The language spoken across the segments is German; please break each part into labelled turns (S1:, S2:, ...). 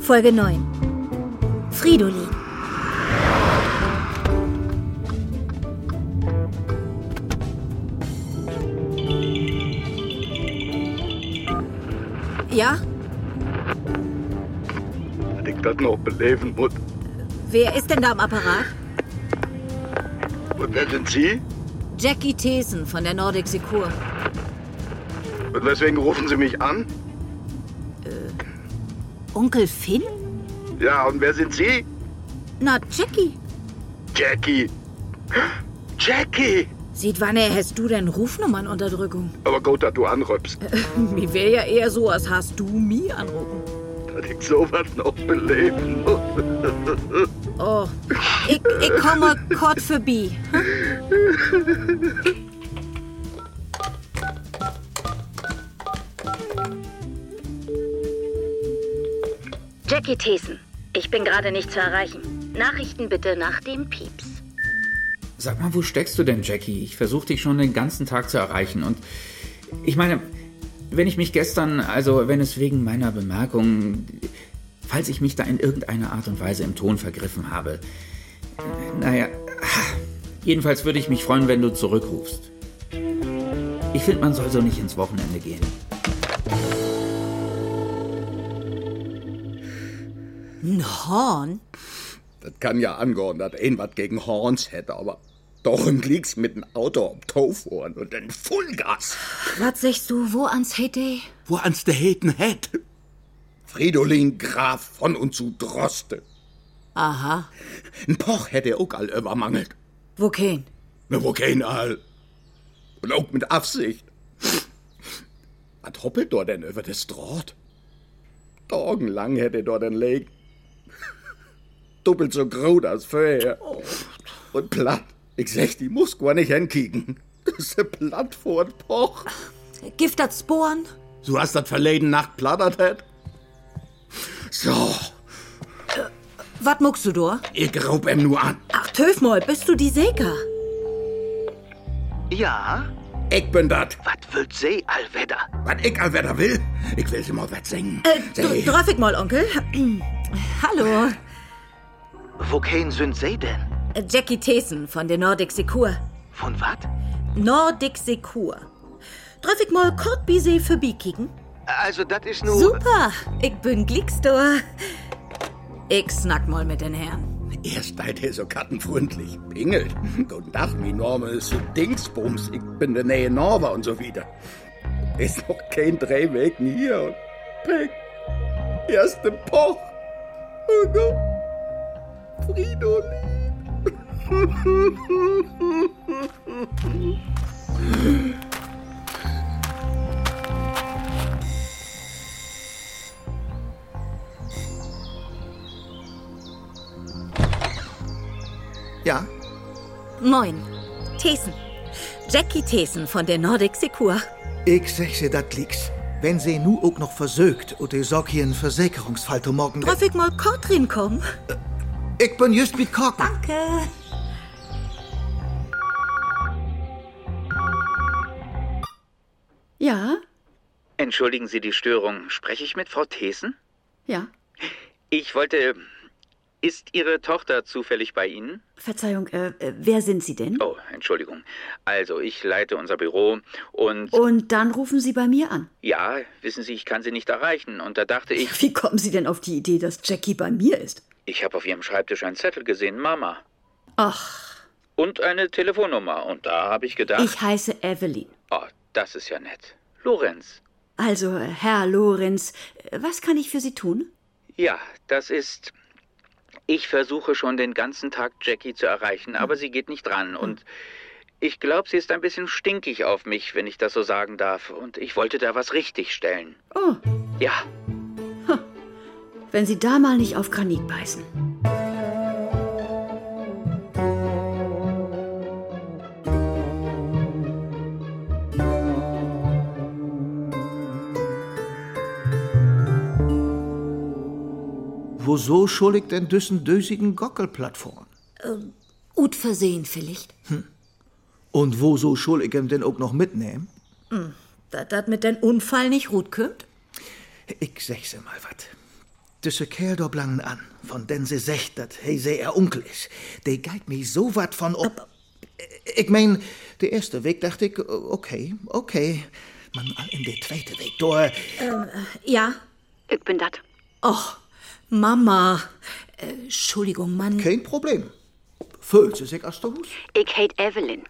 S1: Folge 9. Fridolin. Ja,
S2: Wenn ich das noch beleben muss.
S1: wer ist denn da am Apparat?
S2: Und wer sind Sie?
S1: Jackie Thesen von der Nordic Secure.
S2: Und weswegen rufen Sie mich an?
S1: Onkel Finn?
S2: Ja, und wer sind Sie?
S1: Na, Jackie.
S2: Jackie. Jackie!
S1: Sieht wann er hast du denn Rufnummernunterdrückung?
S2: Aber gut, dass du anrübst.
S1: Äh, Mir wäre ja eher so, als hast du mich anrufen.
S2: Dass ich sowas noch beleben muss.
S1: Oh, ich, ich komme kurz vorbei.
S3: Jackie Thesen. Ich bin gerade nicht zu erreichen. Nachrichten bitte nach dem Pieps.
S4: Sag mal, wo steckst du denn, Jackie? Ich versuche dich schon den ganzen Tag zu erreichen. Und ich meine, wenn ich mich gestern, also wenn es wegen meiner Bemerkung, falls ich mich da in irgendeiner Art und Weise im Ton vergriffen habe, naja, jedenfalls würde ich mich freuen, wenn du zurückrufst. Ich finde, man soll so nicht ins Wochenende gehen.
S1: Ein Horn?
S2: Das kann ja angehören, dass ein was gegen Horns hätte, aber doch und liegst mit dem Auto am Taufohren und dann Vollgas.
S1: Was sagst du, wo ans Hete?
S5: Wo ans der Heten hätt?
S2: Fridolin Graf von und zu Droste.
S1: Aha.
S2: Ein Poch hätte er auch all übermangelt.
S1: Wo kein?
S2: Na, wo kein all. Und auch mit Absicht. Was hoppelt dort denn über das Draht? Tagenlang hätte dort denn liegen. Doppelt so groß als vorher. Und platt. Ich sag, die muss gar nicht hinkicken. Das ist der platt vor den Poch.
S1: Gift dat Sporen?
S5: So hast das verleden Nacht plattert hätt?
S2: So,
S1: Wat muckst du do?
S2: ich raub ihm nur an.
S1: Ach, Töfmoll, bist du die Säker?
S6: Ja,
S2: Ich bin dat.
S6: wat wird sie allwetter?
S2: Was ich all wer will, ich will immer was singen.
S1: Äh, dr- drauf ich mal, Onkel. Hallo.
S6: Wo kein sind sie denn?
S1: Jackie Thesen von der Nordic Secure.
S6: Von wat?
S1: Nordic Secure. Darf ich mal kurz bei sie vorbeikicken?
S6: Also, dat is nu.
S1: Super, ich bin Glickstor. Ich snack mal mit den Herren.
S2: Erst seid ihr so kattenfreundlich. Pingelt. Guten Tag, mein Name ist Dingsbums. Ich bin der Nähe Norwa und so wieder. Ist noch kein Drehweg hier. Und Ping. Erste Poch. Oh Gott. Fridolin.
S5: Ja.
S1: Moin, Thesen. Jackie Thesen von der Nordic Secure.
S7: Ich sag sie dat liegt's. Wenn sie nu auch noch versögt und ich sorg hier einen Versicherungsfall zu morgen.
S1: Darf ich mal kurz reinkommen?
S7: Ich bin just mit Korken.
S1: Danke.
S8: Ja,
S6: Entschuldigen Sie die Störung. Spreche ich mit Frau Thesen?
S8: ja.
S6: Ich wollte. Ist Ihre Tochter zufällig bei Ihnen?
S8: Verzeihung, äh, äh, wer sind Sie denn?
S6: Oh, Entschuldigung. Also, ich leite unser Büro und.
S8: Und dann rufen Sie bei mir an.
S6: Ja, wissen Sie, ich kann sie nicht erreichen. Und da dachte ich,
S8: Wie kommen Sie denn auf die Idee, dass Jackie bei mir ist?
S6: ich habe auf Ihrem Schreibtisch einen Zettel gesehen, Mama.
S8: Ach,
S6: Und eine Telefonnummer. Und da habe ich gedacht.
S8: ich heiße Evelyn.
S6: Oh, das ist ja nett. Lorenz.
S8: Also, äh, Herr Lorenz, äh, was kann ich für Sie tun?
S6: Ja, das ist. Ich versuche schon den ganzen Tag Jackie zu erreichen, aber sie geht nicht ran. Und ich glaube, sie ist ein bisschen stinkig auf mich, wenn ich das so sagen darf. Und ich wollte da was richtigstellen.
S8: Oh,
S6: Ja,
S8: wenn Sie da mal nicht auf Granit beißen.
S7: Wieso schuldig denn düssen dösigen Gockelplattform?
S1: Gut versehen vielleicht.
S7: Und wieso schuldig ihm denn auch noch mitnehmen?
S1: Dat dat mit den Unfall nicht gut kümmt?
S7: Ich sag sie mal wat. Disse Kerl do blangen an, von den se secht, dat he se er Onkel is. De geit mi so wat van op. Ik meen, de eerste week dacht ik, oké, oké. Maar al in de tweede week door.
S1: Ja,
S3: Ich bin dat.
S1: oh, Mama. Äh, Entschuldigung, Mann.
S7: Geen probleem. Vult ze zich als de hoes.
S3: Ich hate Evelyn.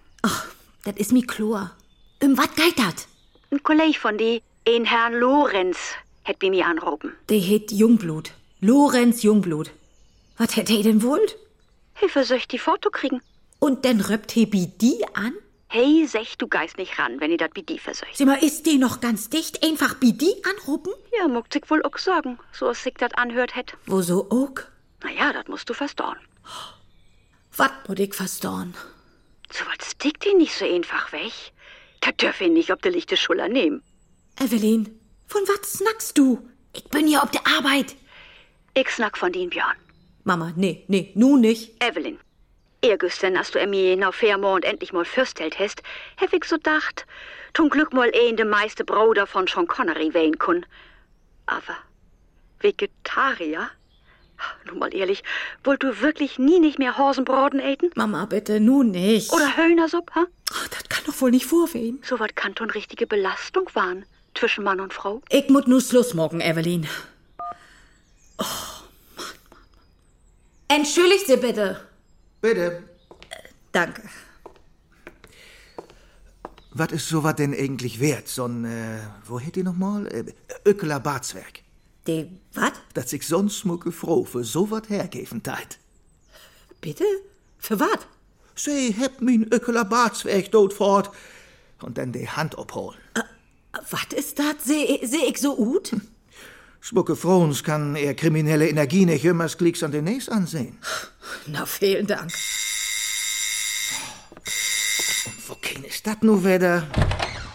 S1: Das ist mi Chlor. Im wat geht dat?
S3: Ein Kollege von die, ein Herrn Lorenz, hätt bi mir anrufen.
S1: Der het Jungblut. Lorenz Jungblut. Was hätt he denn wollt?
S3: Hilfe, soll ich die Foto kriegen?
S1: Und dann röppt he bi die an?
S3: Hey, sech, du geist nicht ran, wenn ihr dat bi die versöcht.
S1: Sieh mal, ist die noch ganz dicht? Einfach bi die anruppen?
S3: Ja, muckt sich wohl auch sorgen, so als sich dat anhört hätt.
S1: Wo so ook?
S3: Naja, dat musst du verstauen.
S1: Wat muss ich verstorn?
S3: So was stickt ihn nicht so einfach weg. Dat dürf ihn nicht ob der lichte Schuller nehmen.
S1: Evelyn, von wat snackst du? Ich bin hier ob der Arbeit.
S3: Ich snack von den Björn.
S1: Mama, nee, nee, nu nicht.
S3: Evelyn. Irgendwann, als du Emmy nach Fairmont endlich mal fürstelt hast, hab ich so dacht, zum Glück mal eh de meiste Bruder von Sean Connery wählen kun. Aber Vegetarier? Nun mal ehrlich, wollt du wirklich nie nicht mehr Horsenbraten äten?
S1: Mama, bitte, nu nicht.
S3: Oder Höhnersuppe, ha?
S1: Oh, das kann doch wohl nicht vorwehen.
S3: So was kann schon richtige Belastung waren zwischen Mann und Frau.
S1: Ich muss nu Schluss morgen, Evelyn. Oh, Mann, Mann. Entschuldigt Sie bitte.
S7: Bitte.
S1: Danke.
S7: Was ist sowas denn eigentlich wert? So ein, äh, wo hätt ihr nochmal? Äh, Ökeler Baatswerk.
S1: Die, wat?
S7: Dat ich sonst mucke froh für sowas hergeben teit.
S1: Bitte? Für wat?
S7: Sie hebt min Ökeler Baatswerk dort fort. Und dann die Hand abholen.
S1: Wat ist dat? Seh, seh ich so gut?
S7: Smucke Frons kann er kriminelle Energie nicht immer Klicks an den Nächs ansehen.
S1: Na, vielen Dank.
S7: Wo kein ist das nur wieder?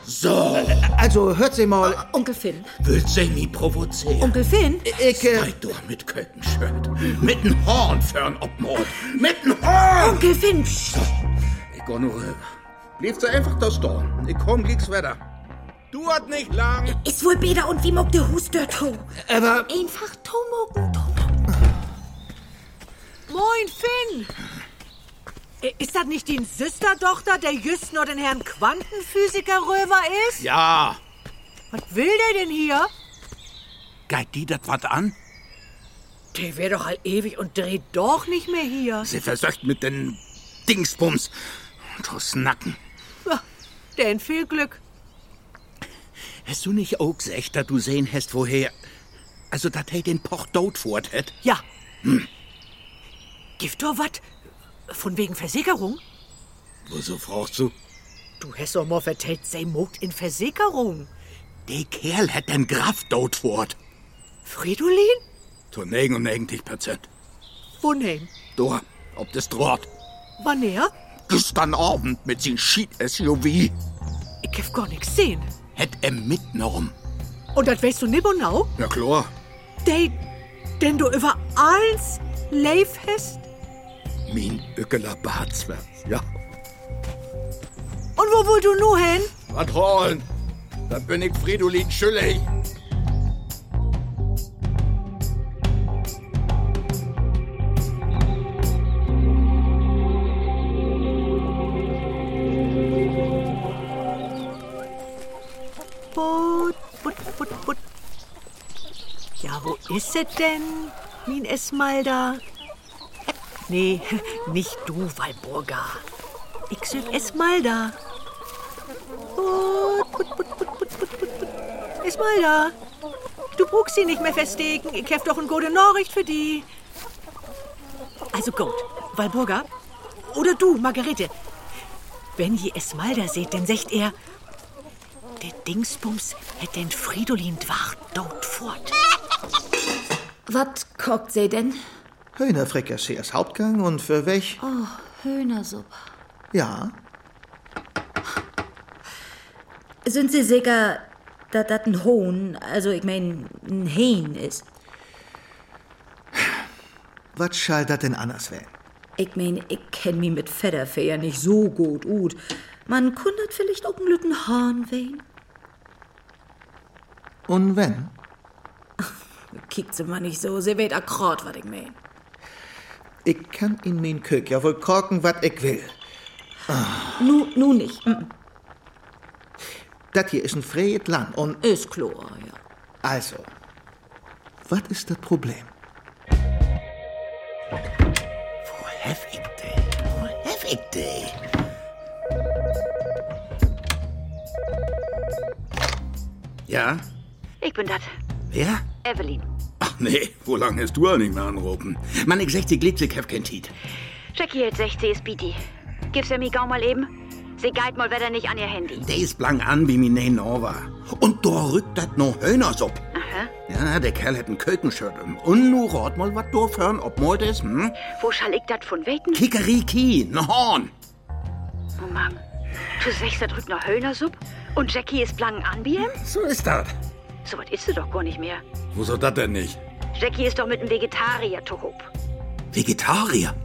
S7: So. Also, hört sie mal.
S1: Onkel Finn.
S5: Willst sie mich provozieren?
S1: Onkel Finn?
S7: Ich, äh,
S5: Seid doch mit Köttenschirt. Mit einem Horn fern obmord. Mit einem Horn!
S1: Onkel Finn, psst.
S2: Ich honoriere. Blieb sie einfach das Dorn. Ich komm, lieg's weiter. Dauert nicht lang.
S1: Ist wohl Beda und wie muck der Hus der to.
S7: aber,
S1: Einfach to mucken, to
S9: Moin, Finn! Ist das nicht die Süstertochter, der just nur den Herrn Quantenphysiker Röver ist?
S5: Ja.
S9: Was will der denn hier?
S5: Geit die das was an?
S9: Der wär doch all ewig und dreht doch nicht mehr hier.
S5: Sie versöcht mit den Dingsbums. Du Snacken.
S9: Ja, Denn viel Glück.
S5: Hast du nicht auch gesagt, dass du sehen hast, woher... Also, dass er den Poch tot fort hat?
S9: Ja. Gift doch wat? Von wegen Versicherung?
S5: Wieso fragst du?
S9: Du hast doch mal vertellt, sei mogt in Versicherung.
S5: Der Kerl hat den Graf tot fort.
S9: Fridolin?
S5: Zu 99 Prozent.
S9: Wo nehmen?
S5: Du, ob das droht.
S9: Wann er?
S5: Gestern Abend mit sin Schied-SUV
S9: Ich hab gar nix sehen.
S5: hätt er mitgenommen.
S9: Und das weißt du nimmer now?
S5: Na klar.
S9: Dei, denn du über alles Leif hast?
S5: Mein Öckeler Batzwer. Ja.
S9: Und wo willst du nu hin?
S2: Was holen? Da bin ich Fridolin Schüllig.
S9: Put, put, put, put. Ja, wo ist es denn, mein Esmalda? Nee, nicht du, Walburga. Ich süß Esmalda. Put, put, put, put, put, put, put, put. Esmalda, du brauchst sie nicht mehr verstecken. Ich hab doch eine gute Nachricht für die. Also gut, Walburga. Oder du, Margarete. Wenn ihr Esmalda seht, dann seht er, der Dingsbums hätte den Fridolin dwach dort fort.
S1: Wat kockt sie denn?
S7: Höhnerfrecker seers Hauptgang und für welch?
S1: Oh, Höhnersuppe.
S7: Ja.
S1: Sind Sie sicher, dass das ein Hohn, also ich mein, ein Hähn ist?
S7: Was schall dat denn anders werden?
S1: Ich mein, ich kenn mich mit Federfeier nicht so gut ut. Man kundet vielleicht auch einen lütten Hahn wehen.
S7: Und wenn?
S10: Kiekt sie mal nicht so, sie weht akkord, was ich mein.
S7: Ich kann in mein Kök ja wohl korken, was ich will.
S10: Nu, nu nicht. Mm.
S7: Das hier ist ein freies Land und...
S10: Ist klar, ja.
S7: Also, was ist das Problem?
S5: Wo hef Oh, ich dich? Wo hef ich dich?
S2: Ja?
S3: Ich bin das.
S2: Wer?
S3: Evelyn.
S2: Ach nee, wo lange hast du auch nicht mehr anrufen?
S5: Mann, ich sag, sie glebt, ich hef kein Tiet.
S3: Jackie hält 60 ist Biti. Gib's er mir gau mal eben. Sie geht mal wieder nicht an ihr Handy.
S5: Der ist blank an wie mine Nova. Und da rückt dat no Höners ob.
S3: Aha.
S5: Ja, der Kerl hat ein Kökenshirt im. Und nu rat mal wat doof hören, ob mal das, hm?
S3: Wo schall ich dat von weten?
S5: Kikeriki, ne Horn.
S3: Oh Mann. Du sagst, da drückt noch Höhnersupp und Jackie ist blank an wie ihm?
S2: So ist das.
S3: So was ist sie doch gar nicht mehr.
S2: Wo soll das denn nicht?
S3: Jackie ist doch mit einem Vegetarier, Tohob.
S5: Vegetarier.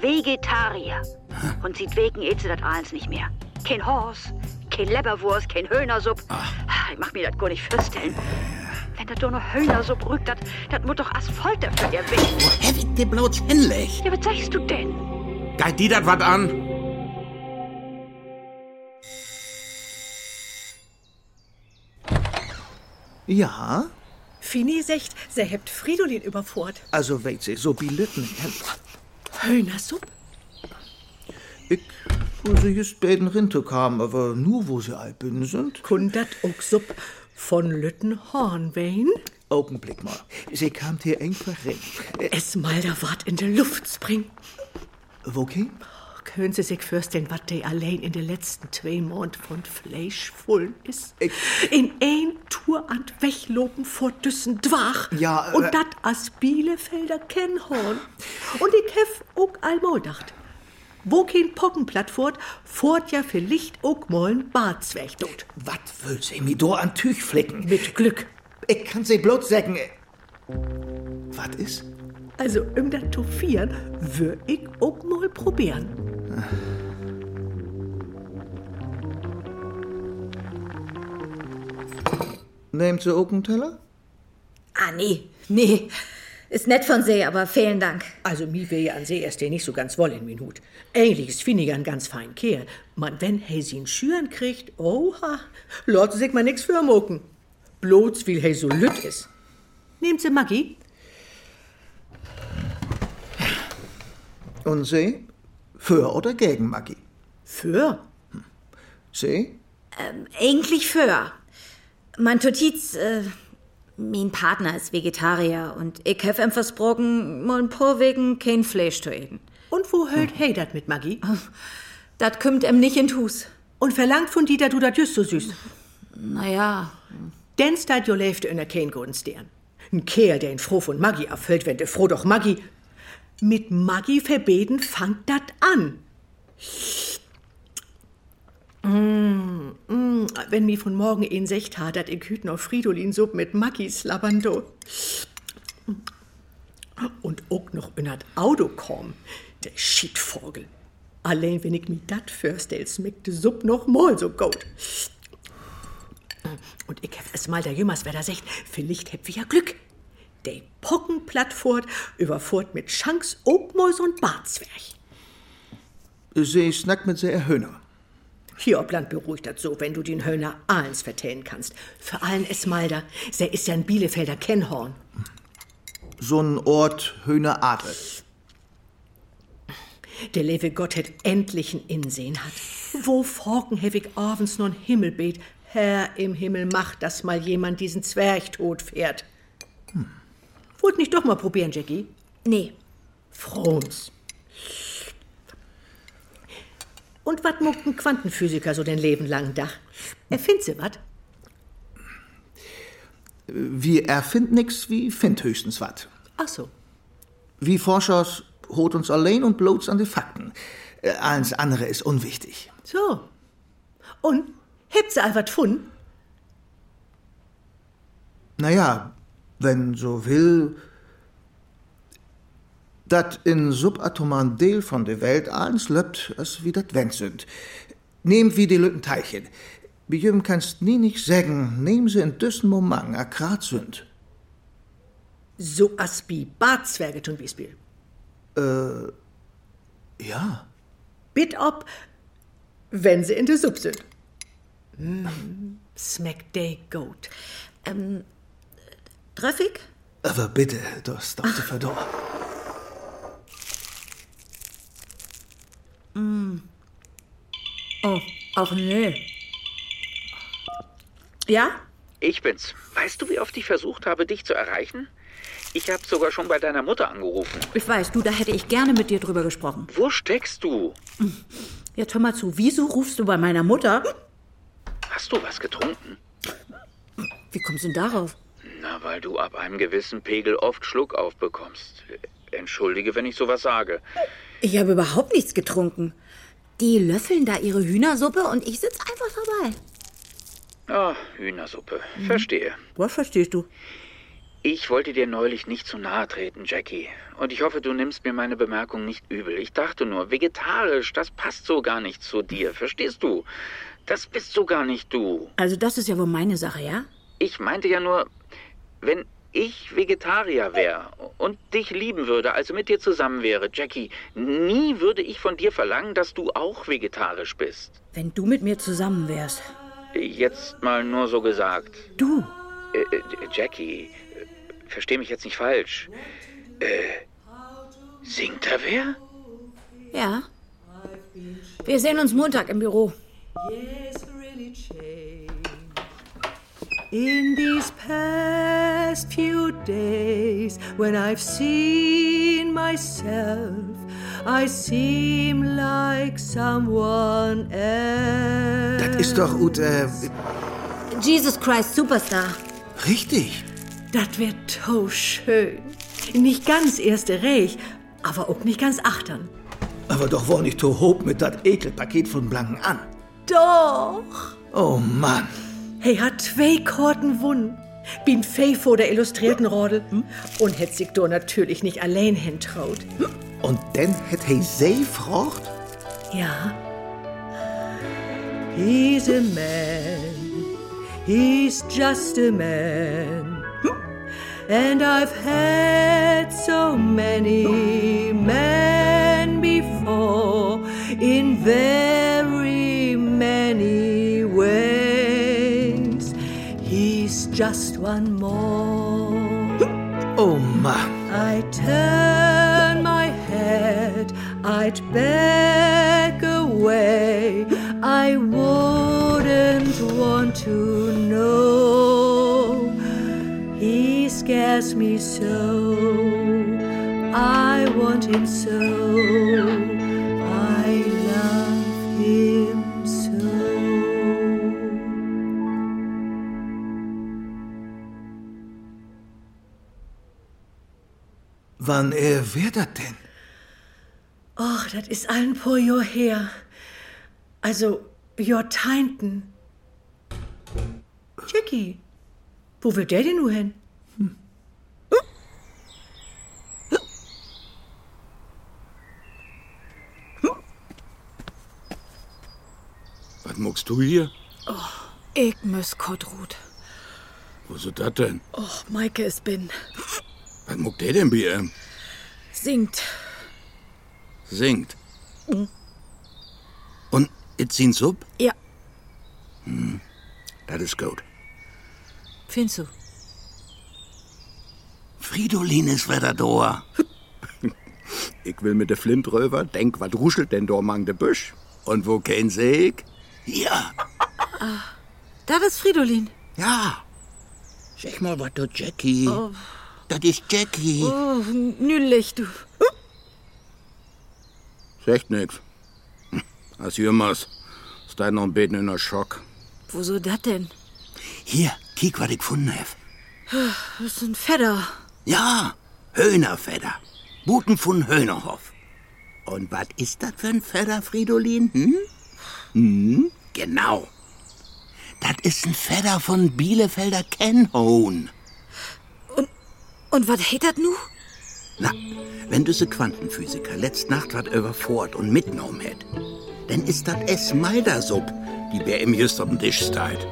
S3: Vegetarier. Und sieht wegen Eze das alles nicht mehr. Kein Horst, kein Leberwurst, kein Höhnersupp. Ich mach mir das gar nicht vorstellen. Wenn das doch noch Höhnersupp rückt, das, das muss doch Asphalt dafür ihr Weg.
S5: Wo hef ich dich bloß hinlegt?
S3: Ja, was sagst du denn?
S5: Geht die dat wat an?
S7: Ja,
S9: Fini sagt, sie hebt Fridolin überfort.
S7: also weht sie so belitten. help.
S9: Höhnersupp?
S7: Ich wo sie just bei den Rinte kam, aber nur wo sie alt bin sind.
S9: Kundert auch Supp von Lüttenhornwein?
S7: Augenblick mal. Sie kam hier einfach rein. Äh,
S9: Es mal da wat in der Luft springt.
S7: wo käm?
S9: Können Sie sich vorstellen, was der allein in den letzten zwei Monaten von Fleisch voll ist? in ein Tour an Weglopen vor Düssendwach.
S7: Ja, äh,
S9: Und dat as Bielefelder Kennhorn. Und ich hef auch allmal dacht. Wo kein Pockenblatt fort, fort ja für Licht auch mal ein Barzwerg tot.
S7: Was will sie mir da an Tüch flicken?
S9: Mit Glück.
S7: Ich kann sie bloß säcken. äh. Was ist?
S9: Also, um das Topfieren würd ich auch mal probieren.
S7: Nehmt sie auch einen Teller?
S1: Ah, nee, nee. Ist nett von See, aber vielen Dank.
S9: Also, mir wär ja an sich erst eh nicht so ganz wohl in Minut. Eigentlich ist Finniger ein ganz fein Kerl. Man, wenn he sie in Schüren kriegt, oha, Leute sich mal nix für mucken. Bloß, weil he so lütt ist. Nehmt sie Maggi?
S7: Und sie? Für oder gegen Maggie?
S9: Für?
S7: Sie?
S1: Eigentlich für. Mein Totiz, äh, mein Partner ist Vegetarier und ich habe ihm versprochen, mein paar wegen kein Fleisch zu essen.
S9: Und wo hört he dat mit Maggi?
S1: Das kümmt ihm nicht in Hus.
S9: Und verlangt von dir, dass du dat just so süß.
S1: Naja,
S9: Denn statt jo läuft in der kein guten Stern. Ein Kerl, der ihn froh von Maggi erfüllt, wenn der froh doch Maggi. Mit Maggi verbeten fangt dat an. Mm, mm, wenn mir von morgen in Secht hadert in Küten auf Fridolinsuppe mit Maggi slabbando. Und auch noch in dat Auto kommen. Der Schietvogel. Allein wenn ich mir dat förstel, schmeckt de Supp noch mal so gut. Und ich hab es mal der Jümmers, wer da sagt, vielleicht hab wir ja Glück. Der Pockenplattfurt überfort mit Schanks, Obmäus und Barzwerch.
S7: Sie snackt mit sehr Höhner.
S9: Hier Obland beruhigt das so, wenn du den Höllner Ahlens vertellen kannst. Für allen Esmalder, der ist ja ein Bielefelder Kennhorn.
S7: So ein Ort Höhner Adel.
S9: Der lewe Gott hätt endlich ein Insehen hat. Wo forken hewig abends nun Himmelbet. Herr im Himmel, mach, dass mal jemand diesen Zwerg tot fährt. Hm. Wollt nicht doch mal probieren, Jackie?
S1: nee.
S9: Frons. Und wat muckt ein Quantenphysiker so den Leben lang Dach? Erfindt sie wat?
S7: Wir erfinden nix, wir finden höchstens was.
S9: Ach so.
S7: Wie Forschers holt uns allein und bloß an die Fakten. Äh, Alles andere ist unwichtig.
S9: So. Und hebt sie all wat von?
S7: Naja, wenn so will, dat in subatomaren Deel von der Welt alles löppt, as wie dat Wend sind. Nehm wie die lütten Teilchen. Wie jüm kannst nie nicht sägen, nehm sie in düssen Moment a grad sind.
S11: So as bi Bartzwerge tun Beispiel.
S7: Äh, ja.
S11: Bit ob, wenn sie in der Sub sind.
S12: Mm. Smack day goat.
S1: Ähm, Treffig?
S7: Aber bitte, das darf zu verdorben.
S1: Mm. Oh, auch nö. Ja?
S6: Ich bin's. Weißt du, wie oft ich versucht habe, dich zu erreichen? Ich habe sogar schon bei deiner Mutter angerufen.
S1: Ich weiß, du, da hätte ich gerne mit dir drüber gesprochen.
S6: Wo steckst du?
S1: Jetzt hör mal zu, wieso rufst du bei meiner Mutter?
S6: Hast du was getrunken?
S1: Wie kommst du denn darauf?
S6: Na, weil du ab einem gewissen Pegel oft Schluck aufbekommst. Entschuldige, wenn ich sowas sage.
S1: Ich habe überhaupt nichts getrunken. Die löffeln da ihre Hühnersuppe und ich sitze einfach dabei.
S6: Ah, Hühnersuppe. Mhm. Verstehe.
S1: Was verstehst du?
S6: Ich wollte dir neulich nicht zu nahe treten, Jackie. Und ich hoffe, du nimmst mir meine Bemerkung nicht übel. Ich dachte nur, vegetarisch, das passt so gar nicht zu dir. Verstehst du? Das bist so gar nicht du.
S1: Also das ist ja wohl meine Sache, ja?
S6: Ich meinte ja nur, wenn ich Vegetarier wäre und dich lieben würde, also mit dir zusammen wäre, Jackie, nie würde ich von dir verlangen, dass du auch vegetarisch bist.
S1: Wenn du mit mir zusammen wärst.
S6: Jetzt mal nur so gesagt.
S1: Du?
S6: Äh, äh, Jackie, äh, versteh mich jetzt nicht falsch. Äh, singt da wer?
S1: Ja. Wir sehen uns Montag im Büro.
S9: In these past few days, when I've seen myself, I seem like someone else.
S7: Das ist doch gut. Äh,
S1: Jesus Christ Superstar.
S7: Richtig.
S9: Das wär to schön. Nicht ganz erste Reich, aber auch nicht ganz achtern.
S7: Aber doch war nicht to hob mit dat Ekelpaket von Blanken an.
S9: Doch.
S7: Oh Mann.
S9: Hey, hat zwei Korten wunn. Bin fei vor der illustrierten Rodel hm? und hätt sich do natürlich nicht allein hintraut. Hm?
S7: Und dann hätt he sie gefragt?
S9: Ja. He's a man, he's just a man. Hm? And I've had so many men before in very many ways. He's just one more.
S7: Oh Mann.
S9: I turn my head, I'd back away. I wouldn't want to know. He scares me so. I want him so. I love him so.
S7: Wann äh, wär das denn?
S9: Och, das ist ein paar Jahr her. Also, Jahrteinten. Jackie, wo will der denn nur hin?
S5: Was muckst du hier?
S13: Oh, ich muss Kotrut.
S5: Wo ist das denn?
S13: Och, Maike ist bin.
S5: Was muckt der denn, BM?
S13: Singt.
S5: Singt? Mhm. Und jetzt ihn sub?
S13: Ja.
S5: Hm, das ist gut.
S13: Findest du?
S5: Fridolin ist wieder da. ich will mit der Flintröver denk, was ruschelt denn da mang de Büsch? Und wo kein Seeg? Hier.
S13: Ah, das ist Fridolin.
S5: Ja. Sag mal, was du Jackie. Oh. Das ist Jackie.
S13: Oh, nüllich, du.
S5: Sagt nix. Als jemals. Ist dein noch ein Beten in der Schock.
S13: Wieso das denn?
S5: Hier, kiek, was ich gefunden hab.
S13: Das ist ein Fedder.
S5: Ja, Höhnerfedder. Buten von Höhnerhof. Und was ist das für ein Fedder, Fridolin? Hm? Hm, genau. Das ist ein Fedder von Bielefelder Kenhohn.
S13: Und was hätt das nu?
S5: Na, wenn du se Quantenphysiker letzt Nacht wat überfort und mitgenommen hätt, dann ist dat es Meidersupp, die BM just am Tisch steht.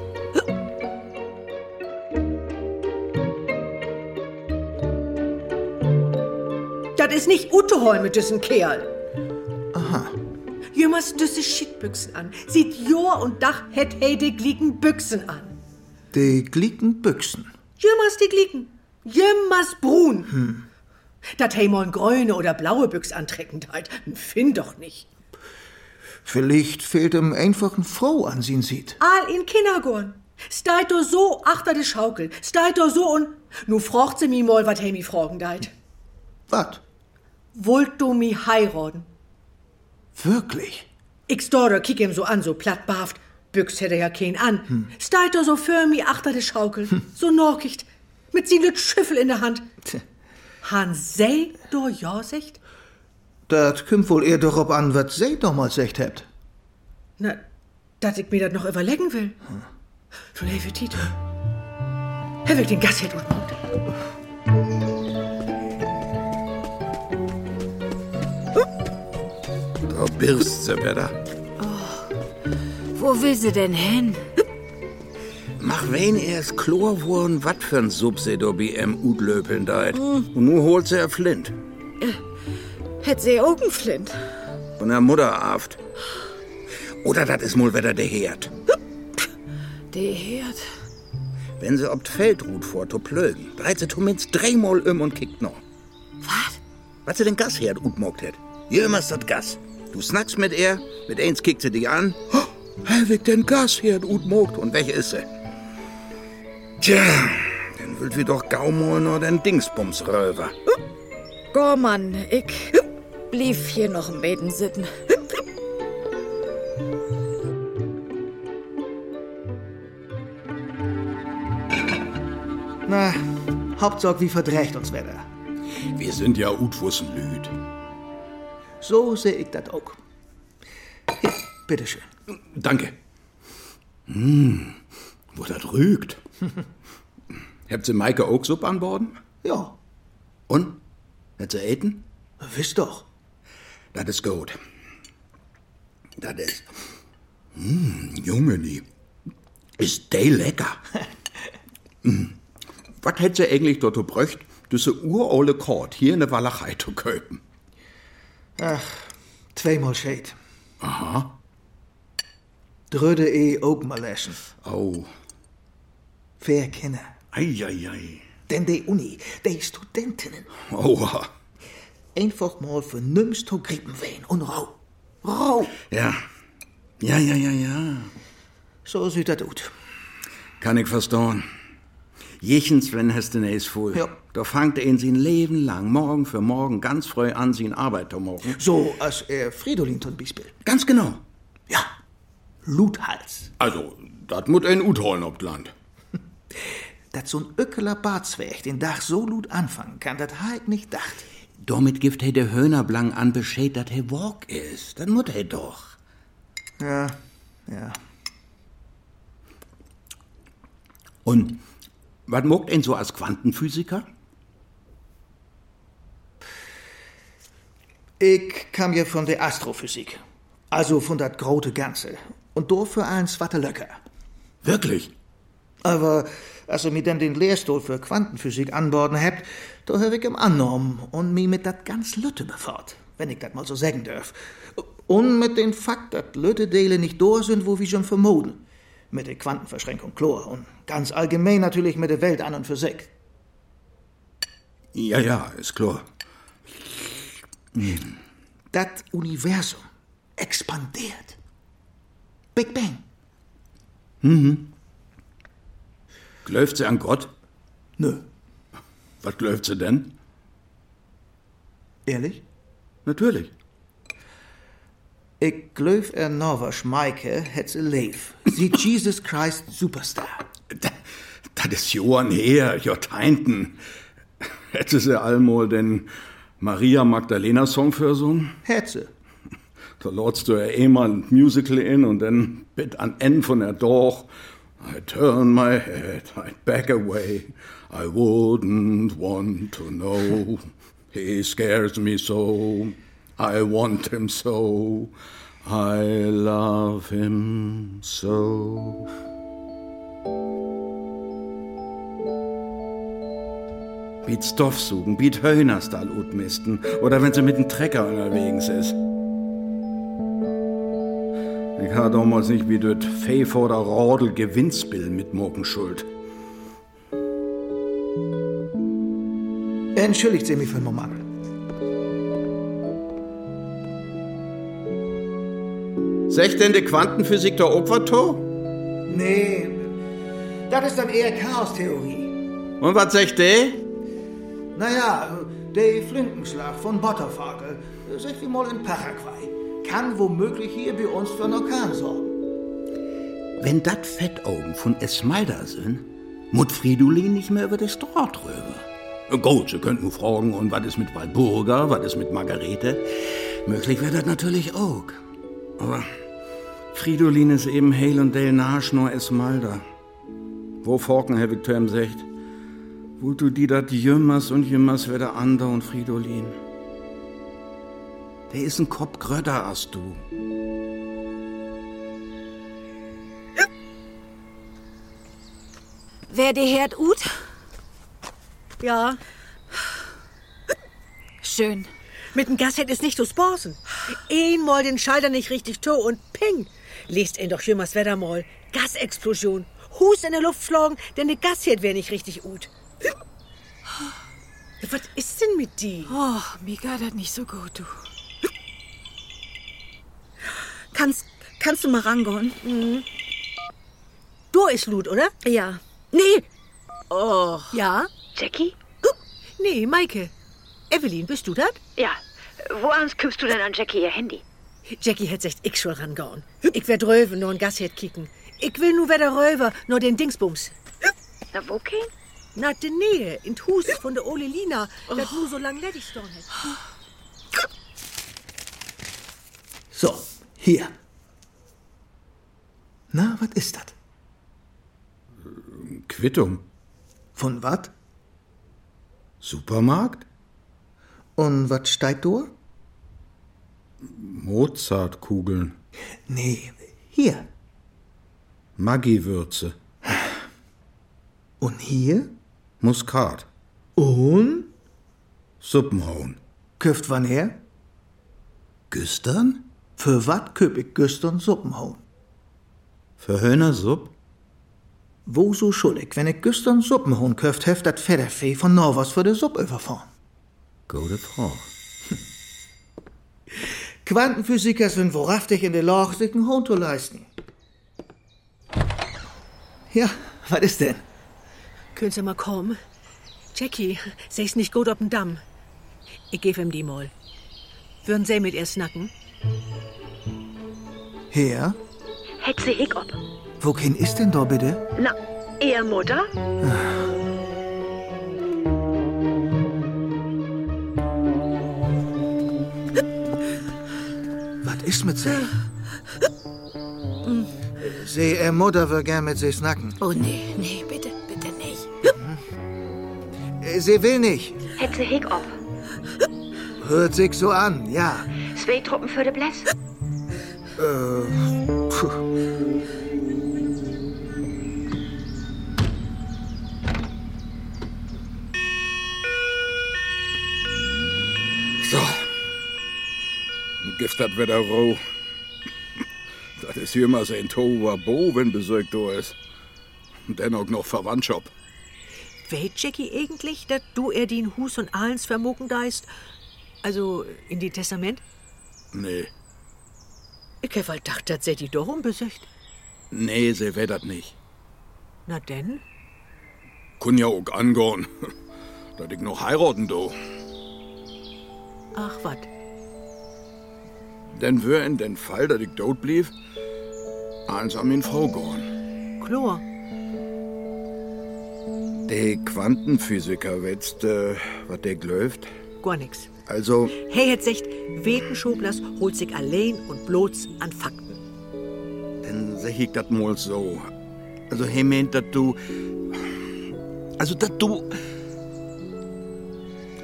S9: ist nicht Uteholm mit diesem Kerl.
S7: Aha.
S9: Jemals düsse Schiedbüchsen an. Sieht Jor und Dach het hey de glicken Büchsen an.
S7: Die glicken Büchsen.
S9: Jemals die glicken. Jemals brun.
S7: Hm.
S9: Dat hey moln grüne oder blaue Büchs antrecken halt. Finn doch nicht.
S7: Vielleicht fehlt ihm einfach ein Frau an sie sieht.
S9: All in Kindergorn. Steit do so achter de Schaukel. Steit do so und... Nu frocht sie mi mol, wat hey mi fragen deit.
S7: Wat?
S9: Wollt du mi heiraten?
S7: Wirklich?
S9: Ich Dorder kick ihm so an, so platt behaft. Büchs hätte ja keinen an. Hm. Steit er so für mi achter de Schaukel, so norkicht, mit sin lüt Schiffel in der Hand.
S7: Tja.
S9: Han sei do ja secht?
S7: Dat kümmt wohl eher darauf an, wat sie damals echt hebt.
S9: Na, dat ich mir dat noch überlegen will. Von Hefe Tito. Herr will den Gas hätt und Mund.
S2: Da birst sie wieder.
S1: Wo will sie denn hin?
S5: Mach wen erst Chlorwurn, wat für'n Sub se do bi em Udlöpeln deit.
S1: Hm.
S5: Und nu holt sie er Flint.
S1: Hätt sie Augenflint.
S5: Von der Mutter aft. Oder dat is mul wieder de Herd.
S1: Die Herd.
S5: Wenn sie ob d Feld ruht vor to plögen, breit sie tumins dreimal um und kickt noch. Wat? Wat sie den Gasherd utmockt het. Hier immer's dat Gas. Du snackst mit ihr, mit eins kickt sie dich an. Oh, Helwig den Gasherd utmockt. Und welche ist sie? Tja, dann wollt wir doch Gaumol noch den Dingsbums röver.
S1: Gormann, ich blieb hier noch im Beten sitten.
S7: Na, Hauptsache, wie verdreht uns Wetter.
S2: Wir sind ja Utwussen Lüd.
S7: So seh ich dat auch. Hier, bitteschön.
S2: Danke. Hm, wo das rügt. Habt ihr Maike auch Suppe an Borden?
S7: Ja.
S2: Und? Hat sie eten?
S7: Wisst doch.
S2: Das ist gut. Das ist. Hm, Junge, nie. Ist der lecker. Hm. Was hätt sie eigentlich dort gebröcht? Diese uraule Kord hier in der Walachei zu köpen.
S7: Ach, zweimal Shade.
S2: Aha.
S7: Dröde eh auch mal läschen.
S2: Oh.
S7: Wer kenne?
S2: Eieiei.
S7: Denn die Uni, die Studentinnen.
S2: Oha.
S7: Einfach mal vernünftig zu grippen wehen und rau. Rau!
S2: Ja. Ja, ja, ja, ja.
S7: So sieht das gut.
S5: Kann ich verstehen. Jechens, wenn hast du es voll.
S7: Ja.
S5: Da fangt er ihn sein Leben lang, morgen für morgen, ganz früh an, sein Arbeit zu machen.
S7: So, als er Fridolin zum Beispiel.
S5: Ganz genau.
S7: Luthals.
S2: Also, das muss ein Utholen ob Land.
S7: Dass so ein öckeler Bartzwerg den Dach so gut anfangen kann, das hab ich nicht dacht.
S5: Damit gibt er der Höhnerblang an Bescheid, dass er Walk ist. Dann muss er doch.
S7: Ja, ja.
S5: Und was mockt ihn so als Quantenphysiker?
S7: Ich kam ja von der Astrophysik. Also von dat grote Ganze. Und dafür ein Swatte Löcker.
S2: Wirklich?
S7: Aber als ihr mir dann den Lehrstuhl für Quantenphysik anborden habt, da hör ich ihm angenommen und mich mit dat ganz Lütte befort, wenn ich dat mal so sagen darf. Und mit dem Fakt, dat Lütte-Dele nicht da sind, wo wir schon vermuten. Mit der Quantenverschränkung Chlor und ganz allgemein natürlich mit der Welt an und für sich.
S2: Ja, ja, ist klar. Hm.
S7: Dat Universum expandiert. Big Bang.
S2: Mhm. Gläuft sie an Gott?
S7: Nö.
S2: Was gläuft sie denn?
S7: Ehrlich?
S2: Natürlich.
S7: Ich glöf er Nova Schmeike hätt sie leif. Sie Jesus Christ Superstar.
S2: Das ist Johann her, Joteinten. Hätte sie allmol den Maria Magdalena Song versungen?
S7: Hätt sie.
S2: Da lotst du ja immer ein Musical in und dann bit an N von der Doch. I turn my head, I back away. I wouldn't want to know. He scares me so. I want him so. I love him so.
S14: Biet Stoff suchen, biet Höhners da utmisten. Oder wenn sie mit dem Trecker unterwegs ist. Ich habe damals nicht wie das Fee vor der Rodel Gewinnspiel mit Morgenschuld.
S7: Entschuldigt Sie mich für einen Moment.
S14: Secht denn die Quantenphysik der Opfertor?
S15: Nee, das ist dann eher Chaostheorie.
S14: Und was secht de?
S15: Naja, der Flintenschlag von Botterfakel, sagt wie mal in Paraguay, kann womöglich hier bei uns für einen Orkan sorgen.
S5: Wenn dat Fettaugen von Esmalda sind, muss Fridolin nicht mehr über das Draht rüber. Gut, Sie könnten fragen, und was ist mit Walburga, was ist mit Margarete? Möglich wäre das natürlich auch.
S14: Aber Fridolin ist eben Hale und Dale Nasch nur Esmalda. Wo Forken, Herr Victor im Secht? Wo du die dat jümmers und jümmers wär der Ander und Fridolin. Der ist ein Kopf gröder als du.
S10: Wer die Herd ut?
S9: Ja.
S10: Schön.
S9: Mit dem Gas hätt es nicht zu borsen. Einmal den Schalter nicht richtig to und ping. Lest ihn doch jümmers Wetter mal. Gasexplosion. Hus in der Luft flogen, denn der Gasherd wär nicht richtig ut. Was ist denn mit die?
S10: Oh, mir geht das nicht so gut, du.
S1: Kannst, kannst du mal rangehen?
S9: Mhm. Du ist Lut, oder?
S1: Ja.
S9: Nee. Oh. Ja?
S3: Jackie?
S9: Nee, Maike. Evelyn, bist du das?
S3: Ja. Wo ans kümmst du denn an Jackie ihr Handy?
S9: Jackie hätt sich ich schon rangehauen. Ich werd Röwen nur ein Gasherd kicken. Ich will nur weder Röver, nur den Dingsbums.
S3: Na, wo kein?
S9: Na, de Nähe, in Hus von der Ole Lina, dat nur so lang ledig storn hätt.
S7: So, hier. Na, was ist das?
S14: Quittung.
S7: Von wat?
S14: Supermarkt?
S7: Und wat steigt du?
S14: Mozartkugeln.
S7: Nee, hier.
S14: Maggi-Würze.
S7: Und hier?
S14: Muskat.
S7: Und?
S14: Suppenhauen.
S7: Köft wann her?
S5: Güstern?
S7: Für wat köp ich güstern Suppenhauen?
S14: Für Höhnersupp?
S7: Wo so schuldig, wenn ich güstern Suppenhauen köft, heft dat Federfee von Norwas für de Suppe überfahren.
S14: Gute Frau.
S7: Quantenphysiker sind wahrhaftig in der Lage, sich einen Hohn zu leisten. Ja, was ist denn?
S9: Können Sie mal kommen? Jackie, sie ist nicht gut auf dem Damm. Ich gebe ihm die mal. Würden Sie mit ihr snacken?
S7: Her?
S3: Hätt sie Hiccup.
S7: Wo kein ist denn da bitte?
S3: Na, ihr Mutter?
S7: Was ist mit sie? Sie, ihr Mutter will gern mit sie snacken.
S10: Oh, nee, nee, bitte, bitte nicht.
S7: Äh, Sie will nicht.
S3: Hätte Hiccup.
S7: Hört sich so an, ja.
S3: Zwei Truppen für de Bless.
S7: Äh, puh.
S2: So. Gift hat wieder roh. Das ist hier immer sein Tohuwabo, wenn besögt du ist. Und dennoch noch Verwandtschaft.
S9: Weet Jackie eigentlich, dass du er den Hus und Ahlens vermogen deist? Also in die Testament?
S2: Nee.
S9: Ich hab halt gedacht, dass sie die doch unbesücht.
S2: Nee, sie wär dat nicht.
S9: Na denn?
S2: Kun ja auch angehen. Dat ich noch heiraten do.
S9: Ach, wat?
S2: Denn wär in den Fall, dat ich tot blieb, eins an min Frau gorn.
S9: Chlor.
S2: De Quantenphysiker wetzt, äh, wat der glöft.
S9: Gar nix.
S2: Also,
S9: Hey, jetzt echt, weten Schoblers holt sich allein und bloß an Fakten.
S2: dann seh ich dat mal so.
S5: Also, er meint, dass du. Also, dass du.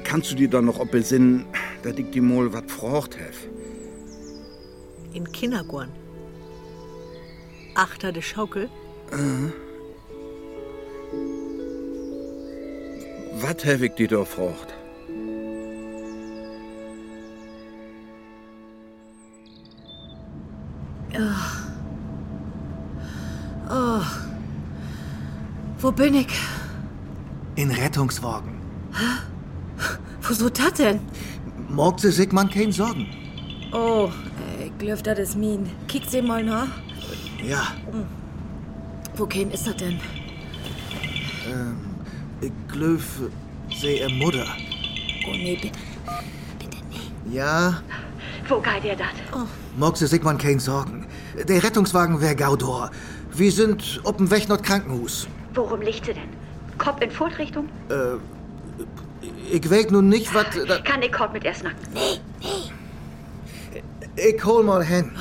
S2: Kannst du dir dann noch ob besinnen, dat ich die mal wat frocht hef?
S9: In Kindergorn. Achter de Schaukel.
S2: Äh.
S14: Was hewig die da fragt?
S1: Oh. oh. Wo bin ich?
S7: In Rettungswagen.
S1: Hä? Wieso das denn?
S7: Morgt sie sich man keine Sorgen.
S1: Oh, ich glaub, das ist mein. Kick sie mal nach.
S7: Ja,
S1: Wo kein ist das denn?
S7: ähm, ich glöf sie ihr Mutter.
S1: Oh nee, bitte.
S7: Ja,
S3: Wo geht ihr dat?
S7: Morgt sie sich man keine Sorgen. Der Rettungswagen wär Gaudor. Wir sind auf dem Weg nach Krankenhus.
S3: Worum liegt sie denn? Kopf in Furtrichtung?
S7: Äh, ich weg nun nicht, was.
S3: Kann ich Kopf mit erst nacken? Nee, nee.
S7: Ich hol mal hin.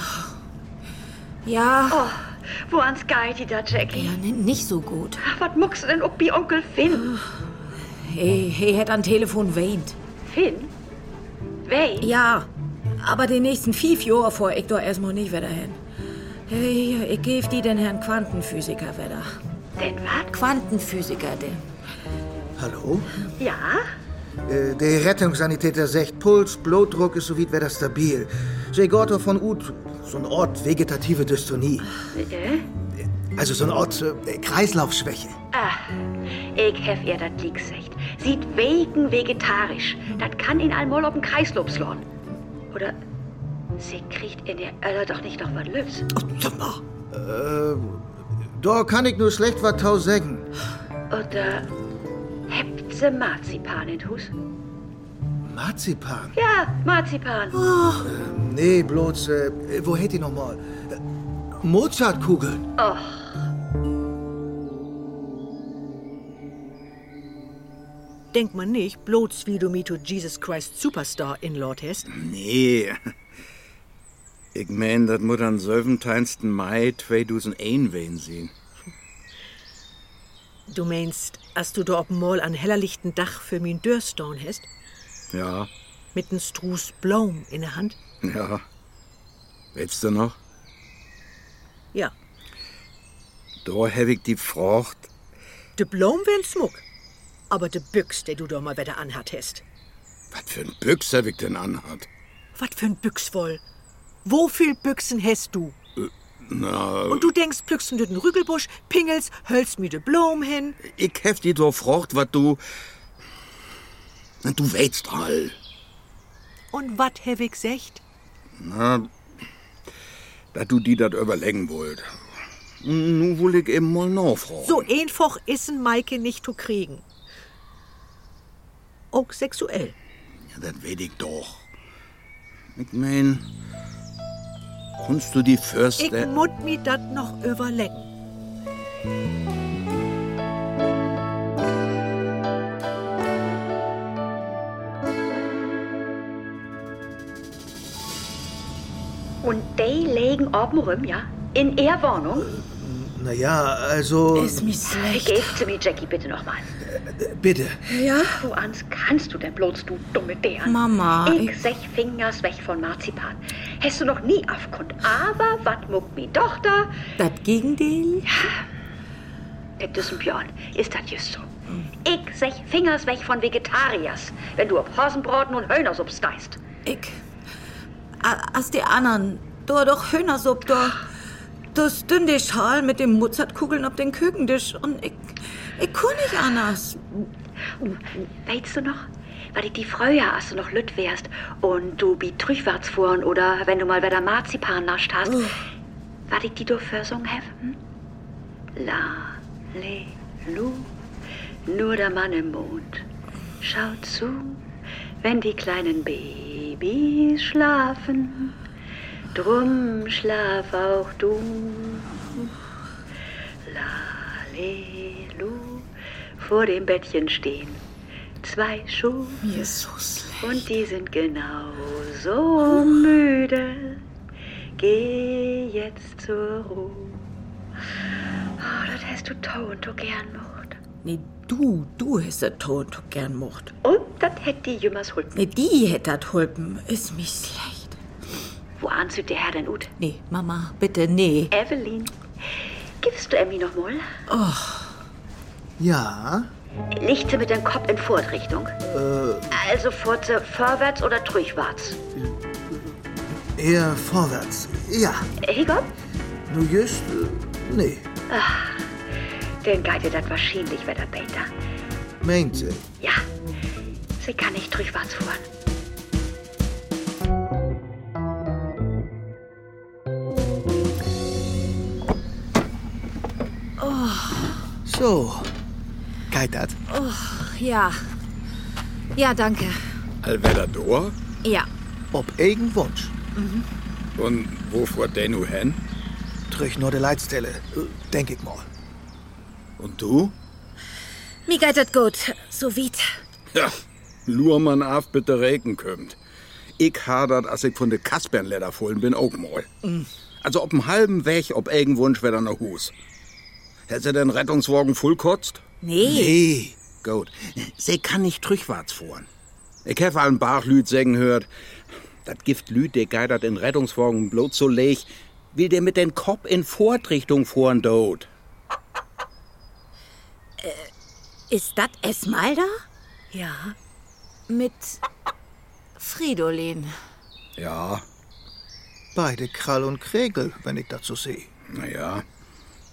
S1: Ja.
S3: Oh, wo ans geht die da, Jackie?
S1: Ja, n- nicht so gut.
S3: Was muckst du denn ob wie Onkel Finn?
S1: Hey, hey, hätt am Telefon weint.
S3: Finn? Weint?
S1: Ah. Ja, aber den nächsten fünf Jahre vor ich doch erstmal nicht wieder hin. Hey, ich geb die den Herrn Quantenphysiker wieder.
S3: Den was?
S1: Quantenphysiker, den.
S7: Hallo?
S3: Ja?
S7: Äh, der Rettungssanitäter sagt, Puls, Blutdruck ist so weit wär das stabil. Segorto von Ut, so ein Ort vegetative Dystonie.
S3: Äh?
S7: Also so ein Ort äh, Kreislaufschwäche.
S3: Ah, ich hef ihr dat lieg gesagt. Sieht wegen vegetarisch. Dat kann in einmal auf den Kreislauf slorn. Oder sie kriegt in der Ölle doch nicht noch was Lübs.
S7: Äh, da kann ich nur schlecht was tau sagen.
S3: Oder hebt sie Marzipan in Hus?
S7: Marzipan?
S3: Ja, Marzipan.
S7: Ähm, nee, bloß, äh, wo hätt ihr nochmal? Äh, Mozartkugeln.
S3: Oh.
S9: Denkt man nicht, bloß wie du mir to Jesus Christ Superstar in Lord hast.
S14: Nee. Ich mein, das muss am 17. Mai 2001 wen sehen.
S9: Du meinst, als du da ob mal an hellerlichten Dach für min Dörrstein hast,
S14: Ja,
S9: mit en Struß Blaum in der Hand?
S14: ja. Willst du noch?
S9: Ja.
S14: Da hab ich die Frucht.
S9: De Blaum wär'n Smuck. Aber de Büchs, der du da mal wieder anhat hast.
S14: Was für ein Büchs hab ich denn anhat?
S9: Wat für ein Büchs voll. Wo viel Büchsen hast du?
S14: Na,
S9: Und du denkst, plückst du den Rügelbusch, pingels, hölst mir de Blom hin.
S14: ich hab die da Frucht, was du... Na, du weißt all.
S9: Und wat hab ich secht?
S14: Na, dass du die dat überlegen wollt. Nu will ich eben mal nachfragen.
S9: So einfach is'n Maike nicht zu kriegen. Auch sexuell.
S14: Ja, das weiß ich doch. Ich mein, kannst du die
S9: Ich
S14: Förster...
S9: mut mi dat noch überlegen.
S3: Und die legen oben rum, ja? In ihrer Wohnung?
S7: Naja, also. äh,
S3: Gebt sie mir Jackie bitte nochmal.
S7: Bitte.
S3: Ja? Wo ans kannst du denn bloß, du dumme Bär?
S1: Mama,
S3: Ich, sech Fingers weg von Marzipan. Hast du noch nie aufgrund. Aber wat muckt mi doch da?
S1: Dat Gegendeel?
S3: Mit diesem Björn ist das just so. Ich sech Fingers weg von Vegetariers, wenn du auf Hosenbraten und Hörnersupp steist.
S1: Ich. A- As die anderen. Da doch Hühnersuppe, da. Das dünne Schal mit den Mozartkugeln auf den Kükendisch. Und ich. Ich kann nicht anders.
S3: Weißt du noch? Weil ich die früher, als du noch lütt wärst und du bi Trüchwarts fuhren oder wenn du mal wieder Marzipan nascht hast, war ich die du Versung have? Hm? La, le, lu, nur der Mann im Mond. Schaut zu, wenn die kleinen Babys schlafen. Drum schlaf auch du. La, le, lu, vor dem Bettchen stehen. Zwei Schuhe.
S1: Jesus.
S3: Und die sind genauso müde. Geh jetzt zur Ruhe. Oh, das hast du Ton so gern mocht.
S1: Nee, du, du hast das Ton doch gern mocht.
S3: Und das hätt die jümmers holt.
S1: Nee, die hätt dat Hulpen. Ist mich schlecht.
S3: Wo anzügt der Herr denn ut?
S1: Nee, Mama, bitte, nee.
S3: Evelyn, gibst du Emmy noch mal?
S1: Och,
S7: Ja,
S3: Lichte mit dem Kopf in Furtrichtung. Also Furze vorwärts oder drüchwarts?
S7: Eher vorwärts. Ja.
S3: Higop?
S7: Nu just, äh, nee.
S3: Ach, den geht ihr das wahrscheinlich wieder besser.
S7: Meint sie.
S3: Ja, sie kann nicht drüchwarts fahren.
S1: Oh,
S7: So. Geht das?
S1: oh, ja. Ja, danke.
S5: Alvedador?
S1: Ja.
S7: Ob eigen Wunsch.
S1: Mhm.
S5: Und wo fuhr denn nu hin?
S7: Trich nur de Leitstelle. äh, Denk ich mal.
S5: Und du?
S1: Mir geht das gut. So weit.
S5: Ja, nur man auf bitte Regen kömmt. Ich hadert, als ich von de Kaspernleder vollen bin, auch mal. Also ob'n halben Weg, ob eigen Wunsch wär da noch Hus. Hätt sie den Rettungswagen voll kotzt?
S16: Nee.
S5: Gut. Sie kann nicht rückwärts fahren. Ich hef allen Bachlüd sägen hört. Dat Gift Lüd, der geidert den Rettungswagen um bloß so leg, will der mit den Kopf in Fortrichtung fahren, dort.
S1: Ist das Esmalda?
S17: Ja.
S1: Mit Fridolin.
S5: Ja.
S7: Beide Krall und Kregel, wenn ich das so sehe.
S5: Naja,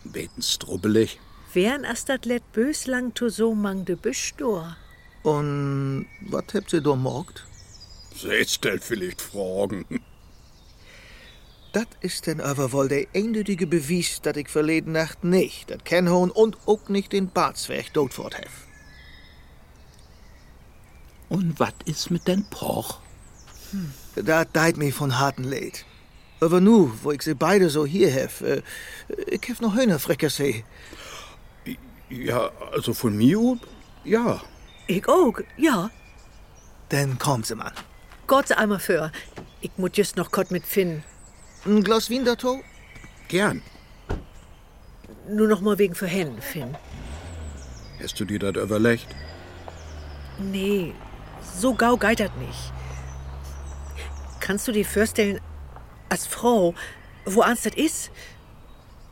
S5: beten strubbelig.
S9: Wären Astatlet böslang to so mang de Büschdor?
S7: Und was habt ihr da morgt?
S5: Sie stellt vielleicht Fragen.
S7: Das ist denn aber wohl der eindeutige Beweis, dass ich verleden Nacht nicht das Kennhorn und auch nicht den Bartswerg totfort hef.
S16: Und was ist mit den Poch?
S7: Da deit mir von harten Leid. Aber nu, wo ich sie beide so hier hef, äh, ich hef noch Hühnerfrecker seh.
S5: Ja, also von mir, ja.
S9: Ich auch, ja.
S7: Dann kommt sie, Mann.
S9: Gott einmal für. Ich muss just noch Gott mit Finn.
S7: Ein Glas Wien dazu?
S5: Gern.
S9: Nur noch mal wegen vorhin, Finn.
S5: Hast du dir das überlegt?
S9: Nee, so gau geitert nicht. Kannst du dir vorstellen, als Frau, wo ans das ist?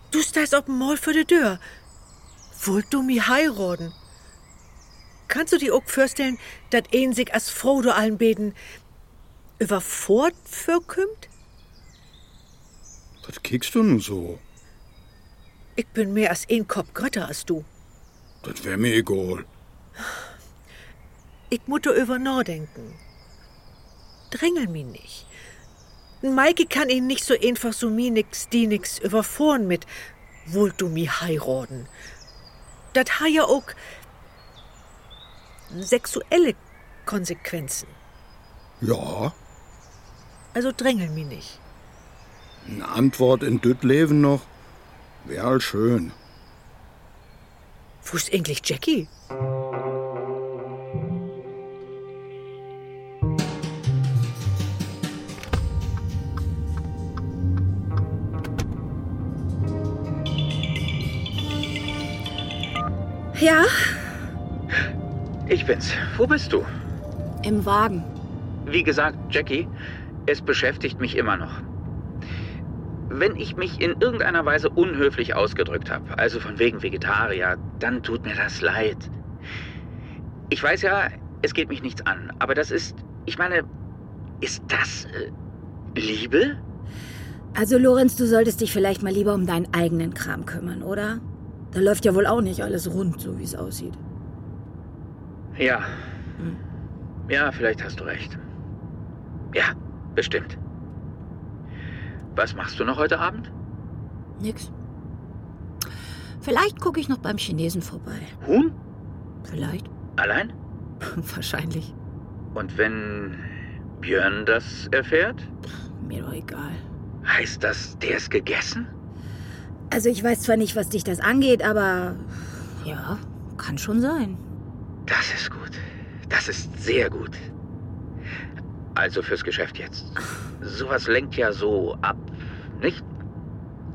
S9: Du stehst auf dem Maul für die Tür. Wollt du mich heiraten? Kannst du dir auch vorstellen, dass ein sich als Frau du allen beten über Fort verkümmt?
S5: Das kickst du nun so.
S9: Ich bin mehr als ein Kopf Götter als du.
S5: Das wär mir egal.
S9: Ich muss da über nachdenken. Drängel mich nicht. Maike kann ihn nicht so einfach so mi nix, die nix überfahren mit Wollt du mi heiraten? Dat ha ja auch sexuelle Konsequenzen.
S5: Ja,
S9: Also drängel mich nicht.
S5: eine Antwort in düt Leben noch. Wär all schön.
S9: Wo ist eigentlich Jackie?
S17: Ja,
S6: Ich bin's. Wo bist du?
S17: im Wagen.
S6: Wie gesagt, Jackie, es beschäftigt mich immer noch. Wenn ich mich in irgendeiner Weise unhöflich ausgedrückt habe, also von wegen Vegetarier, dann tut mir das leid. Ich weiß ja, es geht mich nichts an, aber das ist, ich meine, ist das äh, Liebe?
S17: Also, Lorenz, du solltest dich vielleicht mal lieber um deinen eigenen Kram kümmern, oder? Da läuft ja wohl auch nicht alles rund, so wie es aussieht.
S6: Ja. Ja, vielleicht hast du recht. Ja, bestimmt. Was machst du noch heute Abend?
S17: Nix. Vielleicht gucke ich noch beim Chinesen vorbei.
S6: Huhn?
S17: Vielleicht.
S6: Allein?
S17: Wahrscheinlich.
S6: Und wenn Björn das erfährt?
S17: Mir doch egal.
S6: Heißt das, der ist gegessen?
S17: Also, ich weiß zwar nicht, was dich das angeht, aber. Ja, kann schon sein.
S6: Das ist gut. Das ist sehr gut. Also fürs Geschäft jetzt. Sowas lenkt ja so ab, nicht?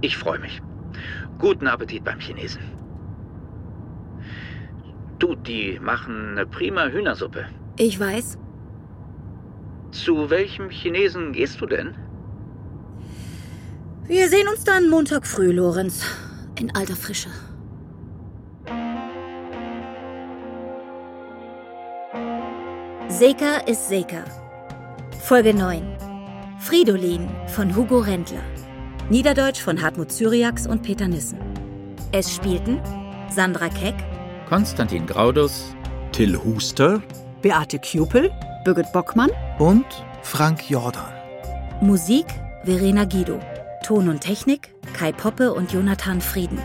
S6: Ich freue mich. Guten Appetit beim Chinesen. Du, die machen eine prima Hühnersuppe.
S17: Ich weiß.
S6: Zu welchem Chinesen gehst du denn?
S17: Wir sehen uns dann Montag früh, Lorenz. In alter Frische. Seker ist Seker. Folge 9. Fridolin von Hugo Rendler. Niederdeutsch von Hartmut Syriax und Peter Nissen. Es spielten Sandra Keck,
S4: Konstantin Graudus,
S18: Till Huster,
S9: Beate Kjupel,
S8: Birgit Bockmann
S7: und Frank Jordan.
S17: Musik Verena Guido. Ton und Technik Kai Poppe und Jonathan Frieden.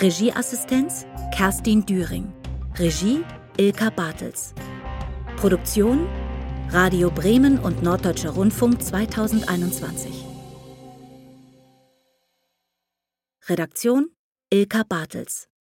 S17: Regieassistenz Kerstin Düring. Regie Ilka Bartels. Produktion Radio Bremen und Norddeutscher Rundfunk 2021. Redaktion Ilka Bartels.